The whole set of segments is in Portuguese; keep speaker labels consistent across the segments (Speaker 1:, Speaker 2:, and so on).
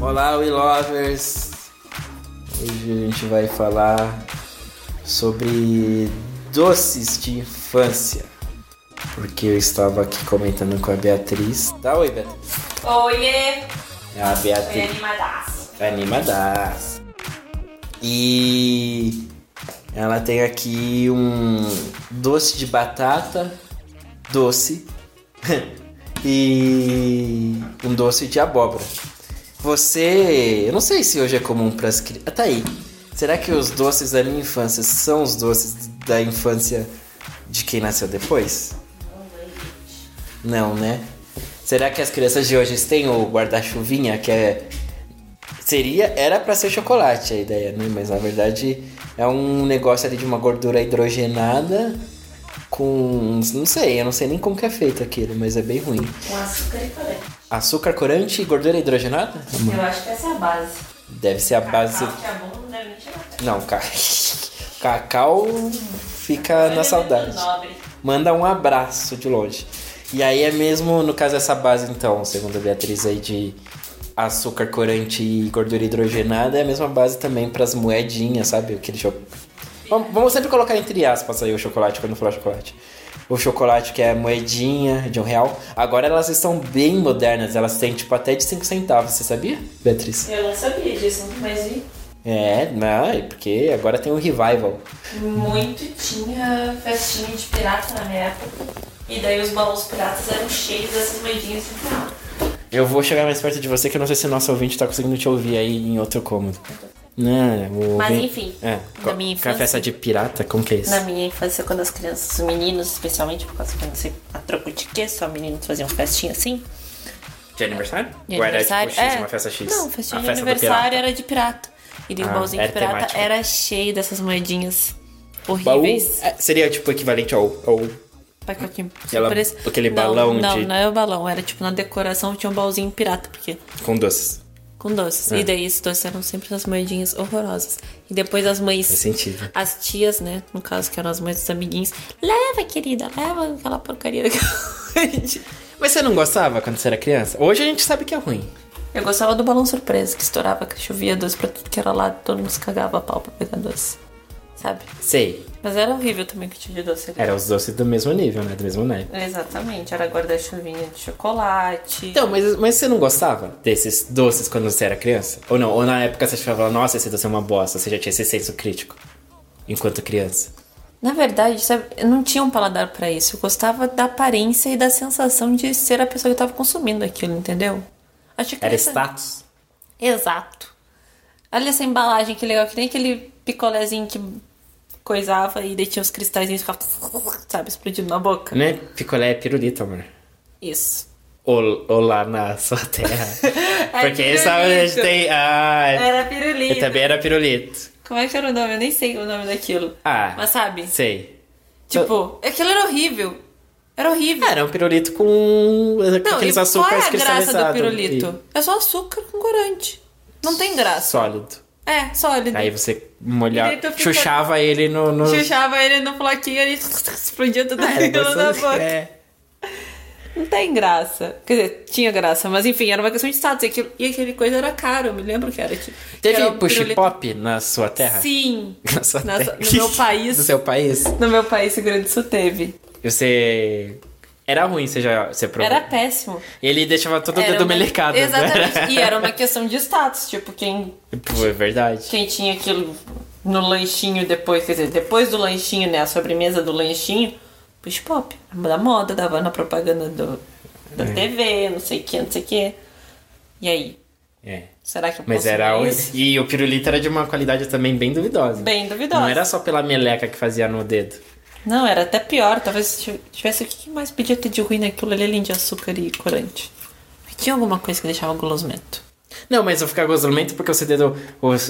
Speaker 1: Olá, We Lovers! Hoje a gente vai falar sobre doces de infância. Porque eu estava aqui comentando com a Beatriz. Dá oi, Beatriz.
Speaker 2: Oiê!
Speaker 1: É a
Speaker 2: Foi
Speaker 1: Beatriz.
Speaker 2: animadaço.
Speaker 1: Animadas. E ela tem aqui um doce de batata, doce e um doce de abóbora. Você, eu não sei se hoje é comum para as crianças. Tá aí. Será que os doces da minha infância são os doces da infância de quem nasceu depois? Não, né? Será que as crianças de hoje têm o guarda-chuvinha que é seria era pra ser chocolate a ideia, né? Mas na verdade é um negócio ali de uma gordura hidrogenada com não sei, eu não sei nem como que é feito aquilo, mas é bem ruim.
Speaker 2: Com açúcar e colete.
Speaker 1: Açúcar, corante e gordura hidrogenada?
Speaker 2: Eu acho que essa é a base.
Speaker 1: Deve ser a base.
Speaker 2: Cacau, que é bom, não deve nem tirar.
Speaker 1: Não, ca... cacau fica na saudade.
Speaker 2: Nobre.
Speaker 1: Manda um abraço de longe. E aí é mesmo, no caso, essa base, então, segundo a Beatriz aí, de açúcar, corante e gordura hidrogenada, é a mesma base também pras moedinhas, sabe? Aquele cho... Vamos vamos sempre colocar entre aspas aí o chocolate quando falar chocolate. O chocolate que é moedinha de um real. Agora elas estão bem modernas, elas têm tipo até de 5 centavos, você sabia, Beatriz?
Speaker 2: Eu não sabia disso, mas vi.
Speaker 1: É, não, é porque agora tem um revival.
Speaker 2: Muito tinha festinha de pirata na minha época. E daí os balões piratas eram cheios dessas moedinhas de final.
Speaker 1: Eu vou chegar mais perto de você, que eu não sei se o nosso ouvinte tá conseguindo te ouvir aí em outro cômodo. Né? o
Speaker 2: Mas
Speaker 1: ouvinte-
Speaker 2: enfim,
Speaker 1: É,
Speaker 2: na
Speaker 1: co-
Speaker 2: minha
Speaker 1: com a
Speaker 2: infância-
Speaker 1: festa de pirata, como que é isso?
Speaker 2: Na minha infância, quando as crianças, os meninos, especialmente, por causa que eu não sei a troco de quê, só meninos faziam festinha assim.
Speaker 1: De aniversário?
Speaker 2: De
Speaker 1: Ou Era,
Speaker 2: aniversário.
Speaker 1: tipo, X,
Speaker 2: é.
Speaker 1: uma festa X.
Speaker 2: Não, festa
Speaker 1: A
Speaker 2: de
Speaker 1: festa do
Speaker 2: aniversário
Speaker 1: pirata.
Speaker 2: era de pirata. E daí o
Speaker 1: Ah,
Speaker 2: baúzinho
Speaker 1: era
Speaker 2: de pirata
Speaker 1: temática.
Speaker 2: era cheio dessas moedinhas
Speaker 1: Baú
Speaker 2: horríveis.
Speaker 1: é, seria tipo o equivalente ao, ao.
Speaker 2: Pacotinho
Speaker 1: Aquela-
Speaker 2: surpresa.
Speaker 1: aquele
Speaker 2: não,
Speaker 1: balão
Speaker 2: não,
Speaker 1: de-
Speaker 2: Não, era o balão. Era tipo na decoração tinha um baúzinho pirata, porque
Speaker 1: com doces.
Speaker 2: com doces.
Speaker 1: É.
Speaker 2: E daí esses doces eram sempre essas moedinhas horrorosas. E depois as mães.
Speaker 1: Faz sentido.
Speaker 2: As tias, né? No caso, que eram as mães dos amiguinhos. Leva, querida, leva aquela porcaria daquela moedinha.
Speaker 1: Mas você não gostava quando você era criança? Hoje a gente sabe que é ruim.
Speaker 2: Eu gostava do balão surpresa, que estourava, que chovia doce pra tudo que era lado, todo mundo se cagava a pau pra pegar doce. Sabe?
Speaker 1: Sei.
Speaker 2: Mas era horrível também que tinha de doce. ali.
Speaker 1: Era os doces do mesmo nível, né? Do mesmo naipe.
Speaker 2: Exatamente, era guarda-chuvinha de chocolate.
Speaker 1: Então, mas, mas você não gostava desses doces quando você era criança? Ou não? Ou na época você ficava, nossa, esse doce é uma bosta. Você já tinha esse senso crítico enquanto criança.
Speaker 2: Na verdade, sabe, eu não tinha um paladar pra isso. Eu gostava da aparência e da sensação de ser a pessoa que tava consumindo aquilo, entendeu? Acho que
Speaker 1: Era
Speaker 2: essa-
Speaker 1: status.
Speaker 2: Exato. Olha essa embalagem que legal, que nem aquele picolézinho que coisava e daí tinha os cristalzinhos e ficava, sabe, explodindo na boca.
Speaker 1: Né? Picolé é pirulito, amor.
Speaker 2: Isso.
Speaker 1: Ou, ou lá na sua terra. Porque
Speaker 2: É pirulito.
Speaker 1: sabe, a gente tem. Ah,
Speaker 2: Era
Speaker 1: eu
Speaker 2: pirulito.
Speaker 1: também era pirulito.
Speaker 2: Como é que era o nome? Eu nem sei o nome daquilo.
Speaker 1: Ah.
Speaker 2: Mas sabe?
Speaker 1: Sei.
Speaker 2: Tipo, aquilo era horrível. Era horrível.
Speaker 1: Era um pirulito com
Speaker 2: Não,
Speaker 1: aqueles
Speaker 2: e qual é
Speaker 1: açúcares
Speaker 2: a graça do
Speaker 1: cristalizados.
Speaker 2: pirulito? É só açúcar com corante. Não tem
Speaker 1: E
Speaker 2: graça.
Speaker 1: sólido.
Speaker 2: É, sólido.
Speaker 1: Aí você
Speaker 2: E daí
Speaker 1: molhava.
Speaker 2: tu fica-
Speaker 1: Chuchava ele no. no...
Speaker 2: Chuchava ele no floquinho e explodia tudo
Speaker 1: Ah, era
Speaker 2: aquilo na
Speaker 1: gostoso.
Speaker 2: boca.
Speaker 1: É.
Speaker 2: Não tem graça. Quer dizer, tinha graça, mas enfim, era uma questão de status. E aquilo, e aquele coisa era caro, eu me lembro que era. Tipo, que era
Speaker 1: Teve
Speaker 2: um
Speaker 1: push
Speaker 2: pirulito-
Speaker 1: pop na sua terra?
Speaker 2: Sim.
Speaker 1: Na sua
Speaker 2: Na
Speaker 1: terra.
Speaker 2: sua- no meu país.
Speaker 1: no seu país?
Speaker 2: No meu país, Rio Grande do Sul teve.
Speaker 1: Você. Era ruim, você já. Você provou.
Speaker 2: Era péssimo.
Speaker 1: Ele deixava todo o
Speaker 2: Era
Speaker 1: dedo
Speaker 2: uma-
Speaker 1: melecado. né?
Speaker 2: Exatamente. E era uma questão de status. Tipo, quem
Speaker 1: Pô, é verdade.
Speaker 2: quem tinha aquilo no lanchinho depois, quer dizer, depois do lanchinho, né? A sobremesa do lanchinho, push pop, da moda, dava na propaganda do, da TV, não sei o que, não sei o que. E aí?
Speaker 1: É.
Speaker 2: Será que eu
Speaker 1: Mas
Speaker 2: posso
Speaker 1: era o...
Speaker 2: comer isso?
Speaker 1: E o pirulito era de uma qualidade também bem duvidosa.
Speaker 2: Bem duvidosa.
Speaker 1: Não era só pela meleca que fazia no dedo.
Speaker 2: Não, era até pior. Talvez tivesse o que que mais podia ter de ruim naquilo ali, além de açúcar e corante. Tinha alguma coisa que deixava gulosmento.
Speaker 1: Não, mas eu ficar gozamento porque você dedo.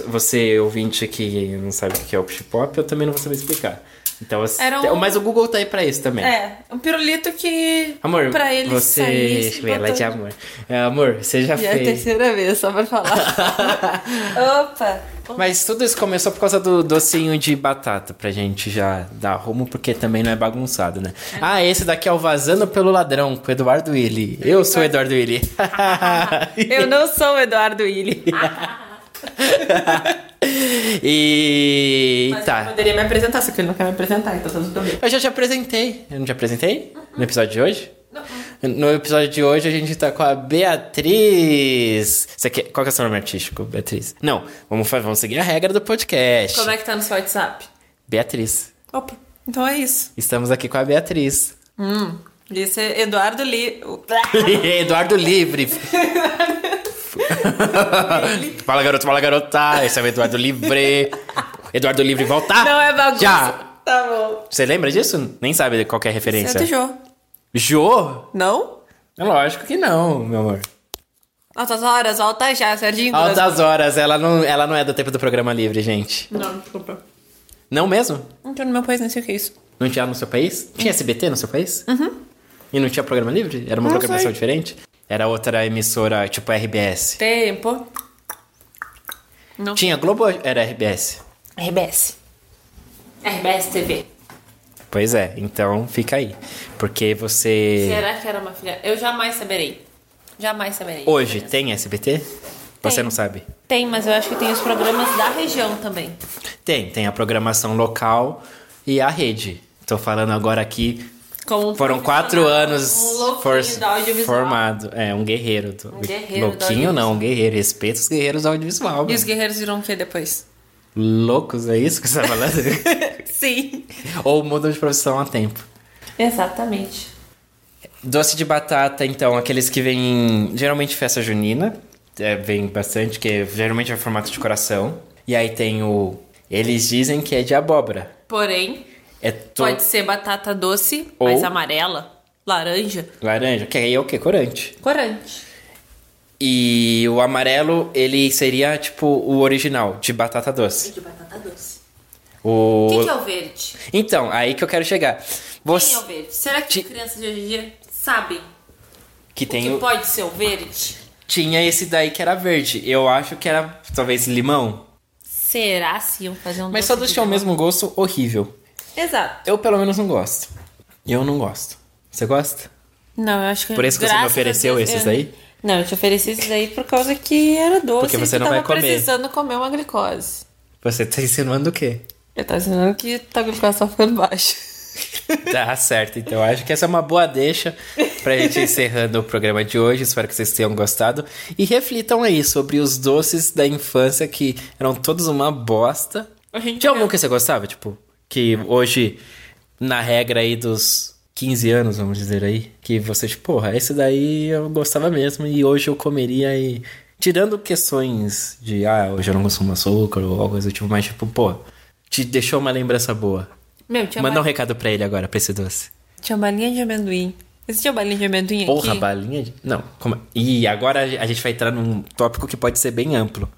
Speaker 1: Você ouvinte que não sabe o que é o push pop, eu também não vou saber explicar. Então, as-
Speaker 2: Era um-
Speaker 1: Mas o Google tá aí pra isso também.
Speaker 2: É, um pirulito que.
Speaker 1: Amor,
Speaker 2: pra ele
Speaker 1: você.
Speaker 2: sair, se
Speaker 1: Deixa eu ver, ela
Speaker 2: botou-
Speaker 1: de amor. É, amor, você já
Speaker 2: E é a
Speaker 1: fez.
Speaker 2: terceira vez, só pra falar. Opa!
Speaker 1: Mas tudo isso começou por causa do docinho de batata, pra gente já dar rumo, porque também não é bagunçado, né? Ah, esse daqui é o Vazando pelo Ladrão, com o Eduardo Willi. Eu sou o Eduardo Willi.
Speaker 2: Eu não sou o Eduardo Willi.
Speaker 1: e.
Speaker 2: Mas
Speaker 1: tá.
Speaker 2: eu poderia me apresentar, só que ele não quer me apresentar, então tá tudo bem.
Speaker 1: Eu já te apresentei. Eu não te apresentei? No episódio de hoje? No episódio de hoje a gente tá com a Beatriz. Você quer... Qual que é o seu nome artístico, Beatriz? Não, vamos, fa- vamos seguir a regra do podcast.
Speaker 2: Como é que tá no seu WhatsApp?
Speaker 1: Beatriz.
Speaker 2: Opa, então é isso.
Speaker 1: Estamos aqui com a Beatriz.
Speaker 2: Hum, isso é Eduardo Li.
Speaker 1: Eduardo Livre. fala garoto, fala garota. Esse é o Eduardo Livre. Eduardo Livre voltar.
Speaker 2: Não é bagunça.
Speaker 1: Já.
Speaker 2: Tá bom.
Speaker 1: Você lembra disso? Nem sabe qual que é a
Speaker 2: Você
Speaker 1: referência.
Speaker 2: é do Jô.
Speaker 1: Jô?
Speaker 2: Não?
Speaker 1: É Lógico que não, meu amor.
Speaker 2: Altas horas, volta já, Serginho.
Speaker 1: Altas horas, ela não, ela não é do tempo do programa livre, gente.
Speaker 2: Não, desculpa.
Speaker 1: Não mesmo?
Speaker 2: Então no meu país nem sei o que é isso.
Speaker 1: Não tinha no seu país? Tinha SBT no seu país? Uhum. E não tinha programa livre? Era uma
Speaker 2: Não
Speaker 1: programação
Speaker 2: sei.
Speaker 1: diferente? Era outra emissora, tipo RBS.
Speaker 2: Tempo. Não.
Speaker 1: Tinha Globo ou era RBS?
Speaker 2: RBS. RBS TV.
Speaker 1: Pois é, então fica aí. Porque você.
Speaker 2: Será que era uma filha? Eu jamais saberei. Jamais saberei.
Speaker 1: Hoje tem SBT? Você
Speaker 2: Tem.
Speaker 1: não sabe?
Speaker 2: Tem, mas eu acho que tem os programas da região também.
Speaker 1: Tem, tem a programação local e a rede. Tô falando agora aqui
Speaker 2: Como um
Speaker 1: Foram quatro
Speaker 2: profissional,
Speaker 1: anos
Speaker 2: Um louquinho
Speaker 1: for-
Speaker 2: do audiovisual.
Speaker 1: formado. É, um guerreiro. Do,
Speaker 2: Um guerreiro do
Speaker 1: Louquinho não,
Speaker 2: audiovisual.
Speaker 1: um guerreiro. Respeita os guerreiros do audiovisual.
Speaker 2: E
Speaker 1: mano.
Speaker 2: os guerreiros viram o que depois?
Speaker 1: Loucos, é isso que você tá falando?
Speaker 2: Sim.
Speaker 1: Ou mudam de profissão a tempo.
Speaker 2: Exatamente.
Speaker 1: Doce de batata, então, aqueles que vêm em- geralmente festa junina, é, vem bastante, que geralmente é formato de coração. E aí tem o. Eles dizem que é de abóbora.
Speaker 2: Porém,
Speaker 1: É to...
Speaker 2: pode ser batata doce,
Speaker 1: Ou-
Speaker 2: mas amarela, laranja,
Speaker 1: laranja, que aí é o quê? Corante.
Speaker 2: corante.
Speaker 1: E o amarelo, ele seria tipo o original, de batata doce.
Speaker 2: De batata doce.
Speaker 1: O...
Speaker 2: O que, que é o verde?
Speaker 1: Então, aí que eu quero chegar.
Speaker 2: Quem
Speaker 1: Você
Speaker 2: é o verde? Será que
Speaker 1: Ti-
Speaker 2: as crianças de hoje em dia sabem
Speaker 1: que
Speaker 2: o
Speaker 1: tem
Speaker 2: que
Speaker 1: o...
Speaker 2: pode ser o verde?
Speaker 1: tinha esse daí que era verde. Eu acho que era talvez limão,
Speaker 2: Será se iam fazer um
Speaker 1: mas só
Speaker 2: doce de
Speaker 1: tinha o
Speaker 2: limão?
Speaker 1: mesmo gosto horrível.
Speaker 2: Exato.
Speaker 1: Eu pelo menos não gosto. Eu não gosto. Você gosta?
Speaker 2: Não, eu acho que
Speaker 1: Por isso que você me
Speaker 2: graças a
Speaker 1: ofereceu
Speaker 2: Deus,
Speaker 1: esses
Speaker 2: eu-
Speaker 1: aí?
Speaker 2: Não, eu te ofereci esses aí por causa que era doce
Speaker 1: Porque você
Speaker 2: e tu
Speaker 1: não vai
Speaker 2: tava
Speaker 1: comer.
Speaker 2: precisando comer uma glicose.
Speaker 1: Você tá insinuando o quê?
Speaker 2: Eu tava ensinando que tua glicose tá ficando baixa.
Speaker 1: Tá certo, então acho que essa é uma boa deixa pra gente encerrando o programa de hoje. Espero que vocês tenham gostado. E reflitam aí sobre os doces da infância que eram todos uma bosta.
Speaker 2: A gente
Speaker 1: Tinha algum
Speaker 2: não.
Speaker 1: que você gostava? Tipo, que hoje, na regra aí dos 15 anos, vamos dizer aí, que você, tipo, porra, esse daí eu gostava mesmo e hoje eu comeria e. Tirando questões de, ah, hoje eu não consumo açúcar ou algo do tipo, mas tipo, pô, te deixou uma lembrança boa.
Speaker 2: Meu, tinha,
Speaker 1: Manda um
Speaker 2: ba-
Speaker 1: recado pra ele agora, pra esse doce.
Speaker 2: tinha balinha de amendoim. Existia balinha de amendoim
Speaker 1: Porra,
Speaker 2: aqui?
Speaker 1: balinha de... Não, como... é? Ih, agora a gente vai entrar num tópico que pode ser bem amplo.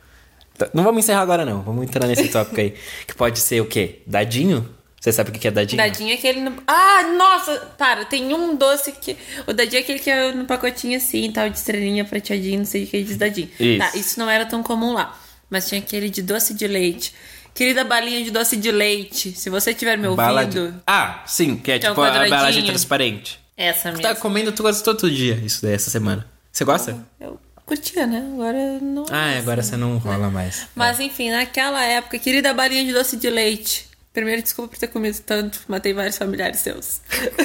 Speaker 1: Tá, Não vamos encerrar agora, não. Vamos entrar nesse tópico aí. Que pode ser o quê? Dadinho? Você sabe o que que é dadinho?
Speaker 2: Dadinho é aquele no... Ah, nossa! Para, tem um doce que... O dadinho é aquele que é no pacotinho assim, tal, de estrelinha, prateadinho, não sei o que diz dadinho.
Speaker 1: Isso.
Speaker 2: Tá, isso não era tão comum lá. Mas tinha aquele de doce de leite. Querida balinha de doce de leite, se você tiver me
Speaker 1: Bala de-
Speaker 2: ouvindo...
Speaker 1: Ah, sim, que é
Speaker 2: Que é um
Speaker 1: tipo a
Speaker 2: quadradinho.
Speaker 1: embalagem transparente.
Speaker 2: Essa mesmo.
Speaker 1: Tá comendo, tu gosta todo dia, isso daí, essa semana. Você gosta?
Speaker 2: Eu curtia, né? Agora não...
Speaker 1: Ah, agora você não rola mais.
Speaker 2: Mas enfim, naquela época, querida balinha de doce de leite. Primeiro, desculpa por ter comido tanto, matei vários familiares seus.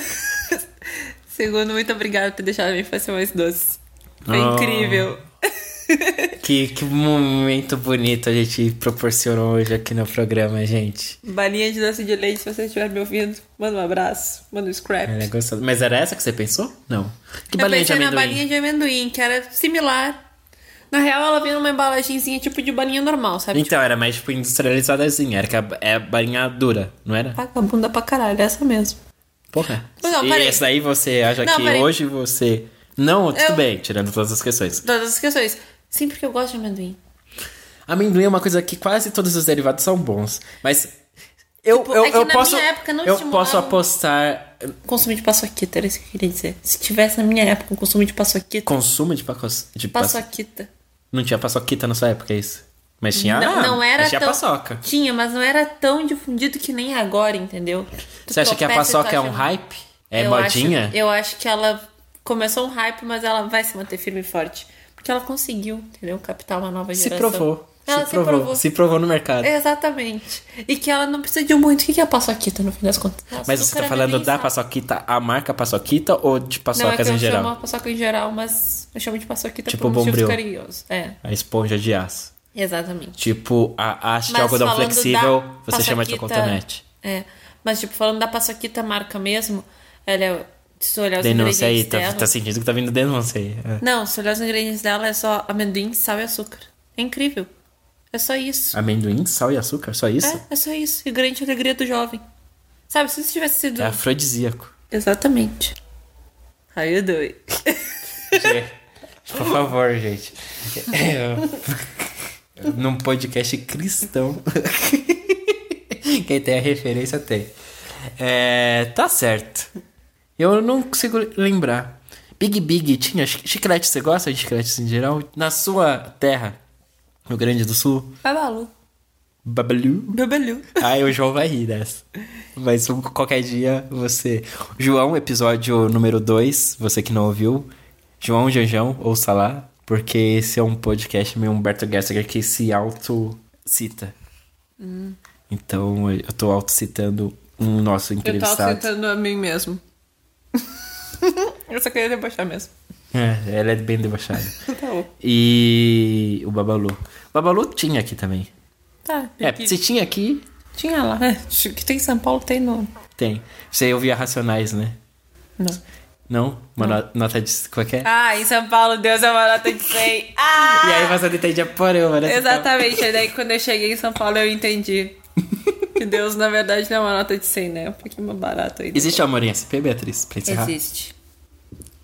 Speaker 2: Segundo, muito obrigada por deixar a minha infância mais doce. Foi
Speaker 1: Ah.
Speaker 2: incrível.
Speaker 1: Que, que momento bonito a gente proporcionou hoje aqui no programa, gente.
Speaker 2: Balinha de doce de leite, se você estiver me ouvindo, manda um abraço, manda um scrap.
Speaker 1: Ela é gostosa. Mas era essa que você pensou? Não. Que
Speaker 2: Eu
Speaker 1: balinha de
Speaker 2: pensei na
Speaker 1: amendoim?
Speaker 2: balinha de amendoim, que era similar. Na real, ela vem numa embalagenzinha tipo de balinha normal, sabe?
Speaker 1: Então, era mais tipo industrializadazinha. Era que a, é a balinha dura, não era?
Speaker 2: Vagabunda pra caralho, é essa mesmo.
Speaker 1: Porra.
Speaker 2: Mas não,
Speaker 1: e
Speaker 2: peraí.
Speaker 1: essa daí você acha
Speaker 2: Não,
Speaker 1: que
Speaker 2: peraí.
Speaker 1: hoje você... Não, tudo
Speaker 2: Eu-
Speaker 1: bem, tirando todas as questões.
Speaker 2: Todas as questões. Sim, porque eu gosto de amendoim.
Speaker 1: Amendoim é uma coisa que quase todos os derivados são bons. Mas Eu,
Speaker 2: Tipo,
Speaker 1: eu,
Speaker 2: é que
Speaker 1: eu
Speaker 2: na
Speaker 1: posso,
Speaker 2: minha época não um
Speaker 1: eu
Speaker 2: estimulava
Speaker 1: posso apostar
Speaker 2: Consumo de paçoquita, era isso que eu queria dizer. Se tivesse na minha época um consumo de paçoquita.
Speaker 1: consumo de paçoca. De paço...
Speaker 2: Paçoquita.
Speaker 1: Não tinha paçoquita na sua época, é isso? Mas tinha.
Speaker 2: não, não
Speaker 1: mas
Speaker 2: era
Speaker 1: tinha
Speaker 2: tão.
Speaker 1: paçoca.
Speaker 2: Tinha, mas não era tão difundido que nem é agora, entendeu? Tu
Speaker 1: Você acha que a
Speaker 2: tropeça e tu
Speaker 1: paçoca é
Speaker 2: acha
Speaker 1: um hype? É
Speaker 2: eu
Speaker 1: modinha?
Speaker 2: Acho, eu acho que ela começou um hype, mas ela vai se manter firme e forte. Porque ela conseguiu, entendeu? Captar uma nova
Speaker 1: Se
Speaker 2: geração.
Speaker 1: provou.
Speaker 2: Ela É,
Speaker 1: se provou. Se provou no mercado.
Speaker 2: Exatamente. E que ela não precisa de muito. O que que é a paçoquita, no fim das contas? é
Speaker 1: Mas você tá falando da
Speaker 2: paçoca
Speaker 1: paçoquita, a marca paçoquita ou de
Speaker 2: Não, é que
Speaker 1: paçocas
Speaker 2: eu
Speaker 1: em geral?
Speaker 2: chamo a paçoca em geral, mas eu chamo de paçoquita
Speaker 1: Tipo
Speaker 2: por motivos
Speaker 1: Bombril.
Speaker 2: carinhosos. É,
Speaker 1: A esponja de aço.
Speaker 2: exatamente.
Speaker 1: Tipo, a haste de
Speaker 2: Mas
Speaker 1: algodão
Speaker 2: falando
Speaker 1: flexível,
Speaker 2: da
Speaker 1: você chama de
Speaker 2: paçoquita-
Speaker 1: cotonete.
Speaker 2: É, mas tipo, falando da paçoquita marca mesmo, ela é... Se tu olhar os
Speaker 1: Denúncia aí,
Speaker 2: ingredientes
Speaker 1: tá,
Speaker 2: dela...
Speaker 1: tá sentindo que tá vindo denúncia aí. É.
Speaker 2: Não, se olhar os ingredientes dela é só amendoim, sal e açúcar. É incrível. É só isso.
Speaker 1: Amendoim, sal e açúcar, só Ah, isso?
Speaker 2: É, é só isso. E grande alegria do jovem. Sabe, se isso tivesse sido...
Speaker 1: É, afrodisíaco.
Speaker 2: Exatamente. Aí eu dou.
Speaker 1: Por favor, gente. É, Num podcast cristão. Quem tem a referência tem. É, tá certo. Eu não consigo lembrar. Big Big tinha chi- chiclete, você gosta de chicletes em geral? Na sua terra, no Grande do Sul,
Speaker 2: Babalu.
Speaker 1: Babalu.
Speaker 2: Babalu.
Speaker 1: Aí o João vai rir dessa. Mas um- qualquer dia você. João, episódio número 2, você que não ouviu. João Janjão, ouça lá. Porque esse é um podcast meio Humberto Gessinger que se auto-cita. Hum. Então eu tô auto-citando um nosso
Speaker 2: Eu tava
Speaker 1: entrevistado.
Speaker 2: sentando a mim mesmo. eu só queria debochar mesmo.
Speaker 1: É, ela é bem debochada.
Speaker 2: Tá bom.
Speaker 1: e o Babalu. Babalu tinha aqui também.
Speaker 2: Tá.
Speaker 1: É,
Speaker 2: porque
Speaker 1: se tinha aqui,
Speaker 2: Tinha lá. É, o que tem em São Paulo tem no...
Speaker 1: tem. Você ouvia Racionais, né?
Speaker 2: Não.
Speaker 1: Não? Uma no- nota de. Qual que é?
Speaker 2: Ah, em São Paulo, Deus é uma nota de 100. Ah!
Speaker 1: E aí você não entende a porra, né?
Speaker 2: Exatamente, aí daí quando eu cheguei em São Paulo eu entendi. Que Deus, na verdade, não é uma nota de 100, né? É um pouquinho mais barato ainda.
Speaker 1: Existe amor em SP, Beatriz? Pra encerrar?
Speaker 2: Existe.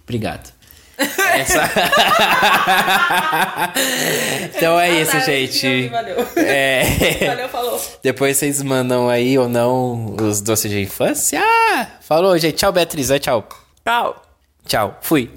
Speaker 1: Obrigado. Essa- então
Speaker 2: Ah,
Speaker 1: é
Speaker 2: tá,
Speaker 1: isso, gente.
Speaker 2: Valeu.
Speaker 1: É...
Speaker 2: Valeu, falou.
Speaker 1: Depois vocês mandam aí ou não os doces Ah, de infância. Falou, gente. Tchau, Beatriz. Tchau.
Speaker 2: Tchau.
Speaker 1: Tchau. Fui.